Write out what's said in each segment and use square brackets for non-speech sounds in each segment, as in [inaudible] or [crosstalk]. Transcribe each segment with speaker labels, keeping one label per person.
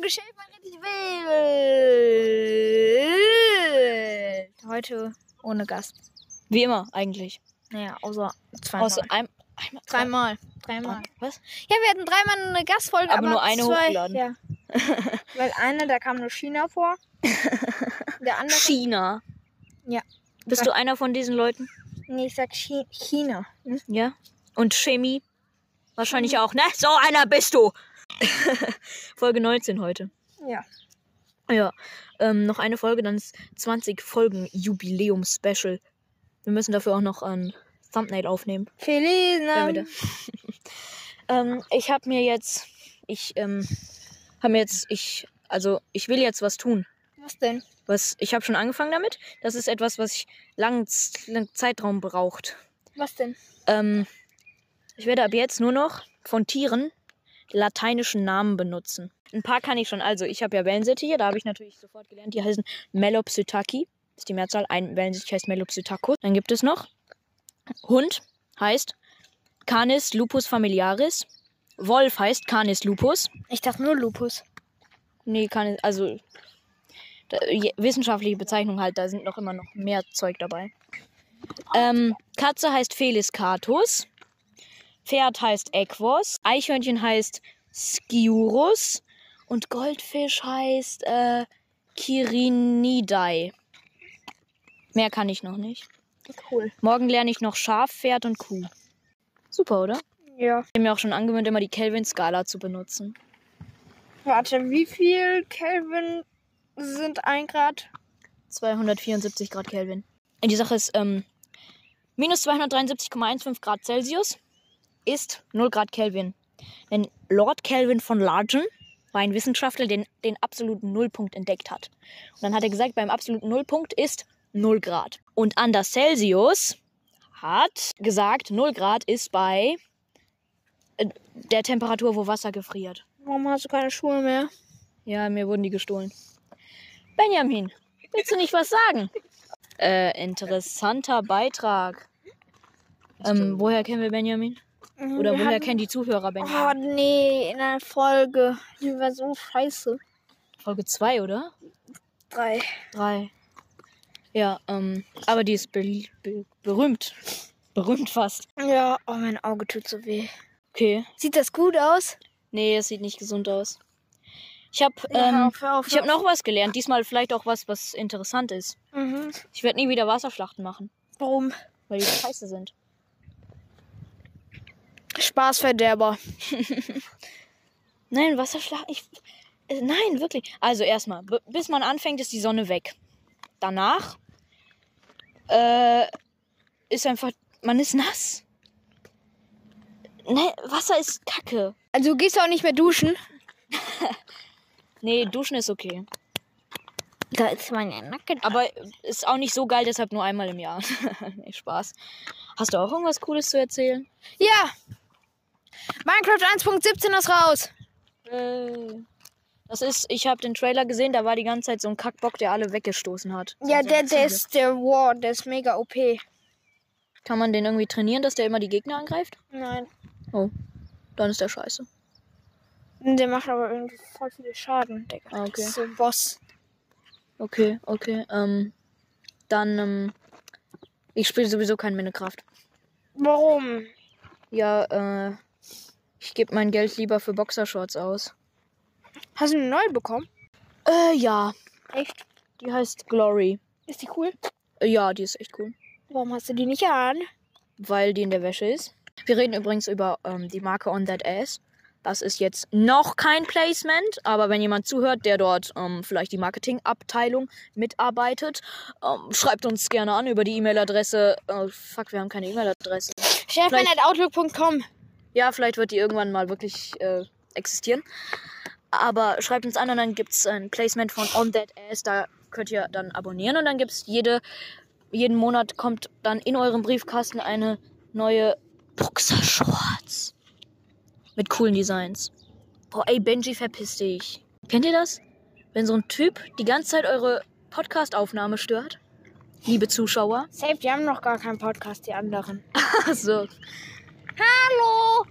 Speaker 1: Geschäft macht richtig wild. Heute ohne Gast.
Speaker 2: Wie immer, eigentlich.
Speaker 1: Naja, außer zweimal.
Speaker 2: Außer ein, einmal.
Speaker 1: dreimal. Dreimal.
Speaker 2: Was?
Speaker 1: Ja, wir hatten dreimal eine Gastfolge,
Speaker 2: Aber
Speaker 1: aber,
Speaker 2: nur eine
Speaker 1: zwei, [laughs]
Speaker 2: hochgeladen.
Speaker 1: Ja. Weil eine, da kam nur China [laughs] vor. Der andere.
Speaker 2: China.
Speaker 1: Ja.
Speaker 2: Bist du einer von diesen Leuten?
Speaker 1: nee, ich sag Chi China. Hm?
Speaker 2: Ja. Und Chemie? Wahrscheinlich auch, ne? So einer bist du! [laughs] Folge 19 heute.
Speaker 1: Ja.
Speaker 2: Ja. Ähm, noch eine Folge, dann ist 20 Folgen Jubiläum-Special. Wir müssen dafür auch noch ein Thumbnail aufnehmen.
Speaker 1: Feliz
Speaker 2: Ja,
Speaker 1: Navidad.
Speaker 2: bitte. [laughs] ähm, ich habe mir jetzt, ich ähm, habe mir jetzt, ich, also ich will jetzt was tun.
Speaker 1: Was denn?
Speaker 2: Was, ich habe schon angefangen damit. Das ist etwas, was ich langen Z- langen Zeitraum braucht.
Speaker 1: Was denn?
Speaker 2: Ähm, ich werde ab jetzt nur noch von Tieren lateinischen Namen benutzen. Ein paar kann ich schon. Also ich habe ja Wellensittiche, da habe ich natürlich sofort gelernt. Die heißen Melopsytaki. Ist die Mehrzahl. Ein Wellensittich heißt Melopsytacus. Dann gibt es noch Hund heißt Canis lupus familiaris. Wolf heißt Canis lupus.
Speaker 1: Ich dachte nur Lupus.
Speaker 2: Nee, Canis, also da, je- wissenschaftliche Bezeichnung halt, da sind noch immer noch mehr Zeug dabei. Ähm, Katze heißt Felis catus. Pferd heißt Equus. Eichhörnchen heißt Sciurus. Und Goldfisch heißt äh, Kirinidae. Mehr kann ich noch nicht.
Speaker 1: Cool.
Speaker 2: Morgen lerne ich noch Schaf, Pferd und Kuh. Super, oder? Ich
Speaker 1: Ja.
Speaker 2: habe mir auch schon angewöhnt, immer die Kelvin-Skala zu benutzen.
Speaker 1: Warte, wie viel Kelvin sind ein Grad?
Speaker 2: 274 Grad Kelvin. Die Sache ist, ähm, minus 273,15 Grad Celsius ist 0 Grad Kelvin. Denn Lord Kelvin von Largen war ein Wissenschaftler, den den absoluten Nullpunkt entdeckt hat. Und dann hat er gesagt, beim absoluten Nullpunkt ist 0 Grad. Und Anders Celsius hat gesagt, 0 Grad ist bei äh, der Temperatur, wo Wasser gefriert.
Speaker 1: Warum hast du keine Schuhe mehr?
Speaker 2: Ja, mir wurden die gestohlen. Benjamin, willst du nicht was sagen? Äh, interessanter Beitrag. Ähm, woher kennen wir Benjamin? Oder
Speaker 1: Mhm, Wir
Speaker 2: woher
Speaker 1: hatten-
Speaker 2: kennen die Zuhörer
Speaker 1: Oh
Speaker 2: Benjamin?
Speaker 1: nee, in einer Folge. Die war so scheiße. Oh,
Speaker 2: Folge 2, oder?
Speaker 1: Drei.
Speaker 2: 3. Ja, ähm, aber die ist be be berühmt. Berühmt fast.
Speaker 1: Ja, oh, mein Auge tut so weh.
Speaker 2: Okay.
Speaker 1: Sieht das gut aus?
Speaker 2: Nee, es sieht nicht gesund aus. Ich habe ähm,
Speaker 1: hör auf.
Speaker 2: ich hab noch was gelernt. Diesmal vielleicht auch was, was interessant ist.
Speaker 1: Mhm.
Speaker 2: Ich werde nie wieder Wasserschlachten machen,
Speaker 1: Warum?
Speaker 2: weil die scheiße sind.
Speaker 1: Spaßverderber.
Speaker 2: Nein, Wasserschlag. Ich, äh, nein, wirklich. Also erstmal, b- bis man anfängt, ist die Sonne weg. Danach äh, ist einfach, man ist nass. Ne, Wasser ist Kacke.
Speaker 1: Also du gehst auch nicht mehr duschen?
Speaker 2: Nee, duschen ist okay.
Speaker 1: Da ist meine Nacken.
Speaker 2: Aber ist auch nicht so geil, deshalb nur einmal im Jahr. [laughs] nee, Spaß. Hast du auch irgendwas Cooles zu erzählen?
Speaker 1: Ja. Minecraft 1.17 ist raus. Äh.
Speaker 2: Das ist, ich habe den Trailer gesehen, da war die ganze Zeit so ein Kackbock, der alle weggestoßen hat.
Speaker 1: Ja,
Speaker 2: Also,
Speaker 1: der, der ist der War. Der ist mega OP.
Speaker 2: Kann man den irgendwie trainieren, dass der immer die Gegner angreift?
Speaker 1: Nein.
Speaker 2: Oh, dann ist der scheiße.
Speaker 1: Der macht aber irgendwie voll viel Schaden, Digga.
Speaker 2: Ah, okay.
Speaker 1: Das ist so ein Boss.
Speaker 2: Okay, okay. Ähm, dann, ähm, ich spiele sowieso kein Minecraft.
Speaker 1: Warum?
Speaker 2: Ja, äh, ich gebe mein Geld lieber für Boxershorts aus.
Speaker 1: Hast du eine neue bekommen?
Speaker 2: Äh, ja.
Speaker 1: Echt?
Speaker 2: Die heißt Glory.
Speaker 1: Ist die cool?
Speaker 2: Äh, ja, die ist echt cool.
Speaker 1: Warum hast du die nicht an?
Speaker 2: Weil die in der Wäsche ist. Wir reden übrigens über ähm, die Marke On That Ass. Das ist jetzt noch kein Placement, aber wenn jemand zuhört, der dort ähm, vielleicht die Marketingabteilung mitarbeitet, ähm, schreibt uns gerne an über die E-Mail-Adresse. Äh, fuck, wir haben keine E-Mail-Adresse.
Speaker 1: Stefan at outlook.com.
Speaker 2: Ja, vielleicht wird die irgendwann mal wirklich äh, existieren. Aber schreibt uns an und dann gibt's ein Placement von On That Ass. Da könnt ihr dann abonnieren und dann gibt's jede, jeden Monat kommt dann in eurem Briefkasten eine neue Boxershorts. Mit coolen Designs. Boah, ey, Benji, verpiss dich. Kennt ihr das? Wenn so ein Typ die ganze Zeit eure Podcast-Aufnahme stört? Liebe Zuschauer. [laughs]
Speaker 1: Safe, die haben noch gar keinen Podcast, die anderen.
Speaker 2: Ach so.
Speaker 1: Hallo!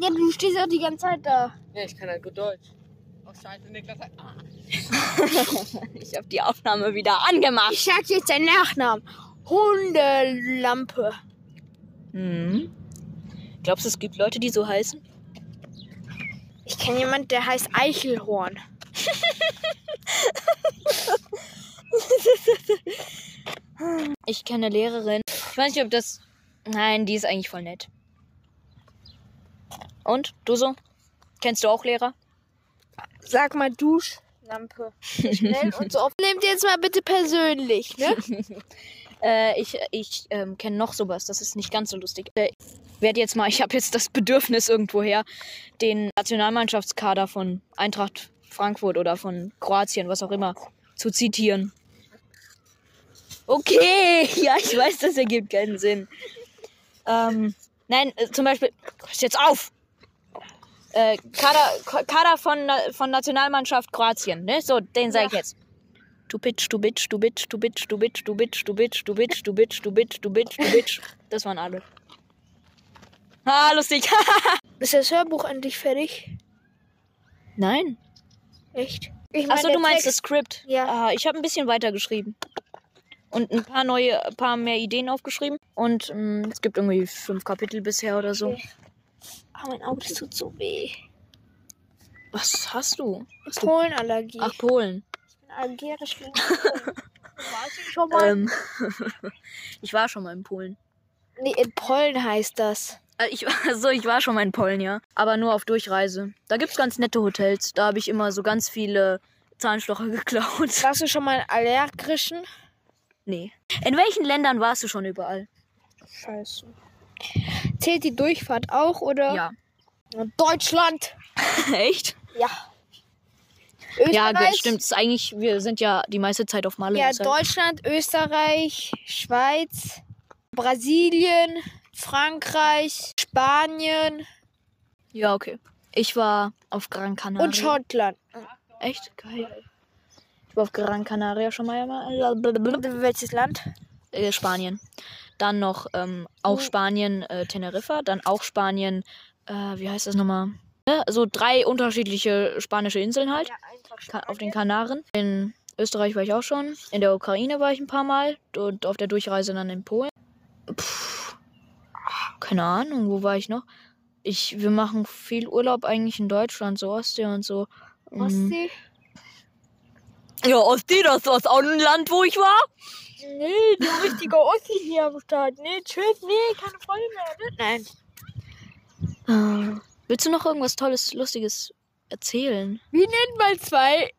Speaker 1: Ja, du stehst ja die ganze Zeit da.
Speaker 3: Ja, ich kann halt gut Deutsch. Oh, scheiße, Niklas. Ah.
Speaker 2: [laughs] Ich habe die Aufnahme wieder angemacht.
Speaker 1: Ich sag jetzt deinen Nachnamen. Hundelampe.
Speaker 3: Hm.
Speaker 2: Mhm. Glaubst du, es gibt Leute, die so heißen?
Speaker 1: Ich kenne jemanden, der heißt Eichelhorn.
Speaker 2: Ich kenne eine Lehrerin. Ich weiß nicht, ob das. Nein, die ist eigentlich voll nett. Und? Du so? Kennst du auch Lehrer?
Speaker 1: Sag mal [laughs] Duschlampe. Schnell und so oft. Nehmt jetzt mal bitte persönlich, [laughs] ne?
Speaker 2: Äh, ich ich ähm, kenne noch sowas. Das ist nicht ganz so lustig. Äh, ich werde jetzt mal. Ich habe jetzt das Bedürfnis irgendwoher, den Nationalmannschaftskader von Eintracht Frankfurt oder von Kroatien, was auch immer, zu zitieren. Okay, [laughs] ja, ich weiß, das ergibt keinen Sinn. Ähm, nein, äh, zum Beispiel. Hörst jetzt auf! Äh, Kader, Ko- Kader von, Na- von Nationalmannschaft Kroatien, ne? So, den sage ich
Speaker 1: Ja.
Speaker 2: jetzt. Du bitch, du bitch, du bitch, du bitch, du bitch, du bitch, du bitch, du bitch, du bitch, du bitch, du bitch, du bitch. Das waren alle. Ah, lustig. [laughs]
Speaker 1: Ist das Hörbuch endlich fertig?
Speaker 2: Nein.
Speaker 1: Echt? Ich
Speaker 2: Achso,
Speaker 1: der
Speaker 2: du meinst das
Speaker 1: Text-
Speaker 2: Skript.
Speaker 1: Ja.
Speaker 2: Ah, ich habe ein bisschen weiter geschrieben. Und ein paar neue, ein paar mehr Ideen aufgeschrieben. Und ähm, es gibt irgendwie fünf Kapitel bisher oder so.
Speaker 1: Okay. Ah, mein Auge das tut so weh.
Speaker 2: Was hast du? Hast du?
Speaker 1: Pollenallergie.
Speaker 2: Ach, Polen.
Speaker 1: ich bin
Speaker 2: [laughs]
Speaker 1: allergisch gegen Pollen. Warst du schon mal?
Speaker 2: Ähm, [laughs] ich war schon mal in Polen.
Speaker 1: Nee, in Pollen heißt das.
Speaker 2: Äh, Ich, war- [laughs] so, ich war schon mal in Polen, ja. Aber nur auf Durchreise. Da gibt's ganz nette Hotels. Da habe ich immer so ganz viele Zahnstocher [laughs] geklaut.
Speaker 1: Warst du schon mal in allergischen?
Speaker 2: Nee. In welchen Ländern warst du schon überall?
Speaker 1: Scheiße. Zählt die Durchfahrt auch, oder?
Speaker 2: Ja. [laughs]
Speaker 1: Deutschland!
Speaker 2: Echt?
Speaker 1: Ja. Österreich,
Speaker 2: Ja, ge- stimmt. Ist eigentlich, wir sind ja die meiste Zeit auf Malle.
Speaker 1: Ja,
Speaker 2: deshalb-
Speaker 1: Deutschland, Österreich, Schweiz, Brasilien, Frankreich, Spanien
Speaker 2: ja, okay. Ich war auf Gran Canaria.
Speaker 1: und Schottland.
Speaker 2: Echt? Geil. Ich war auf Gran Canaria schon mal. mal-
Speaker 1: Welches Land?
Speaker 2: Äh, Spanien. Dann noch ähm, auch Spanien, äh, Teneriffa. Dann auch Spanien, äh, wie heißt das nochmal? Ne? So drei unterschiedliche spanische Inseln halt. Ka auf den Kanaren. In Österreich war ich auch schon. In der Ukraine war ich ein paar Mal. Und auf der Durchreise dann in Polen. Puh. Keine Ahnung, wo war ich noch? Ich, wir machen viel Urlaub eigentlich in Deutschland, so Ostsee und so. Mhm.
Speaker 1: Ostsee?
Speaker 2: Ja, Ostsee, das war auch ein Land, wo ich war.
Speaker 1: Nee, du richtiger Ossi hier am Start. Nee, tschüss, nee, keine Freunde mehr. Ne? Nein.
Speaker 2: Ah. Willst du noch irgendwas Tolles, Lustiges erzählen?
Speaker 1: Wie nennt man zwei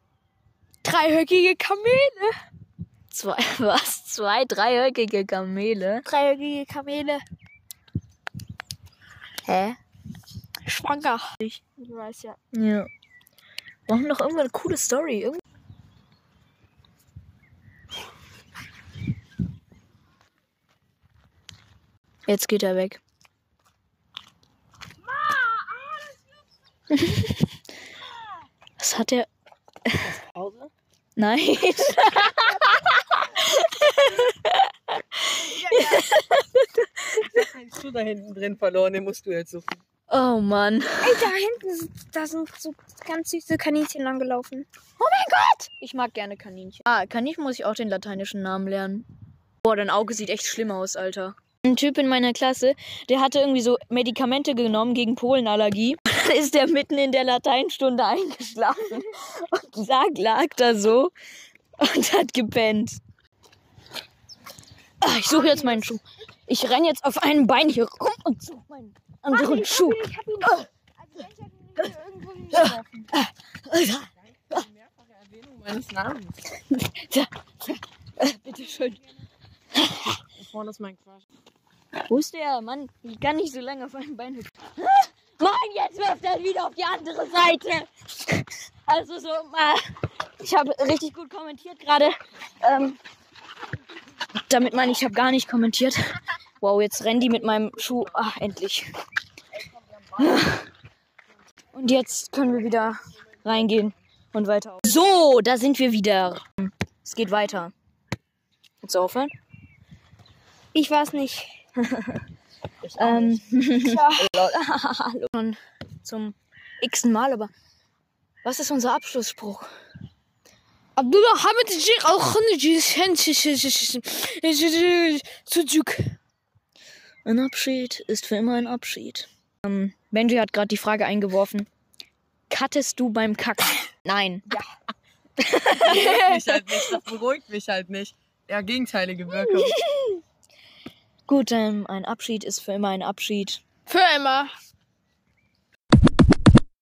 Speaker 1: dreihöckige Kamele?
Speaker 2: Zwei, [laughs] was? Zwei dreihöckige Kamele?
Speaker 1: Dreihöckige Kamele.
Speaker 2: Hä?
Speaker 1: Schwanger.
Speaker 2: Ich.
Speaker 1: Ich weiß ja.
Speaker 2: Ja. Brauchen noch irgendwann eine coole Story. Irgend Jetzt geht er weg. [laughs] Was hat er?
Speaker 3: Pause?
Speaker 2: Nein. [laughs]
Speaker 3: Hast du da hinten drin verloren, den musst du jetzt suchen.
Speaker 2: Oh Mann.
Speaker 1: Ey, da hinten, sind- da sind so ganz süße Kaninchen langgelaufen.
Speaker 2: Ich mag gerne Kaninchen. Ah, Kaninchen muss ich auch den lateinischen Namen lernen. Boah, dein Auge sieht echt schlimm aus, Alter. Ein Typ in meiner Klasse, der hatte irgendwie so Medikamente genommen gegen Polenallergie. [laughs] Dann ist der mitten in der Lateinstunde eingeschlafen. [laughs] Und lag, lag da so und hat gepennt. Ah, ich suche jetzt meinen Schuh. Ich renn jetzt auf einem Bein hier rum und suche meinen anderen Schuh. Ah,
Speaker 1: Ich hab ihn. Also, ich hab ihn irgendwo hingeworfen.
Speaker 3: Mehrfache Erwähnung Oh, meines Namens.
Speaker 2: Bitte schön.
Speaker 3: Da vorne ist mein Crush.
Speaker 2: Wo ist der Mann? Ich kann nicht so lange auf einem Bein hüpfen. Ah! Mann, jetzt wirft er wieder auf die andere Seite. Also so, mal. ich habe richtig gut kommentiert gerade. Ähm, damit meine ich, ich habe gar nicht kommentiert. Wow, jetzt rennen die mit meinem Schuh. Ach, endlich. Und jetzt können wir wieder reingehen und weiter. So, da sind wir wieder. Es geht weiter. Jetzt aufhören?
Speaker 1: Ich war's nicht.
Speaker 3: Ich
Speaker 1: ich auch
Speaker 2: Ähm,
Speaker 1: nicht.
Speaker 2: [laughs]
Speaker 1: Tja,
Speaker 2: schon zum x-ten Mal, aber was ist unser Abschlussspruch?
Speaker 1: Abdullah Hamid Jir al Sujuk.
Speaker 2: Ein Abschied ist für immer ein Abschied. Ähm, Benji hat gerade die Frage eingeworfen. Kattest du beim [laughs] Kacken? Nein.
Speaker 3: mich halt nicht. Das beruhigt mich halt nicht. Ja, gegenteilige Wirkung.
Speaker 2: Gut, ähm, ein Abschied ist für immer ein Abschied.
Speaker 1: Für immer.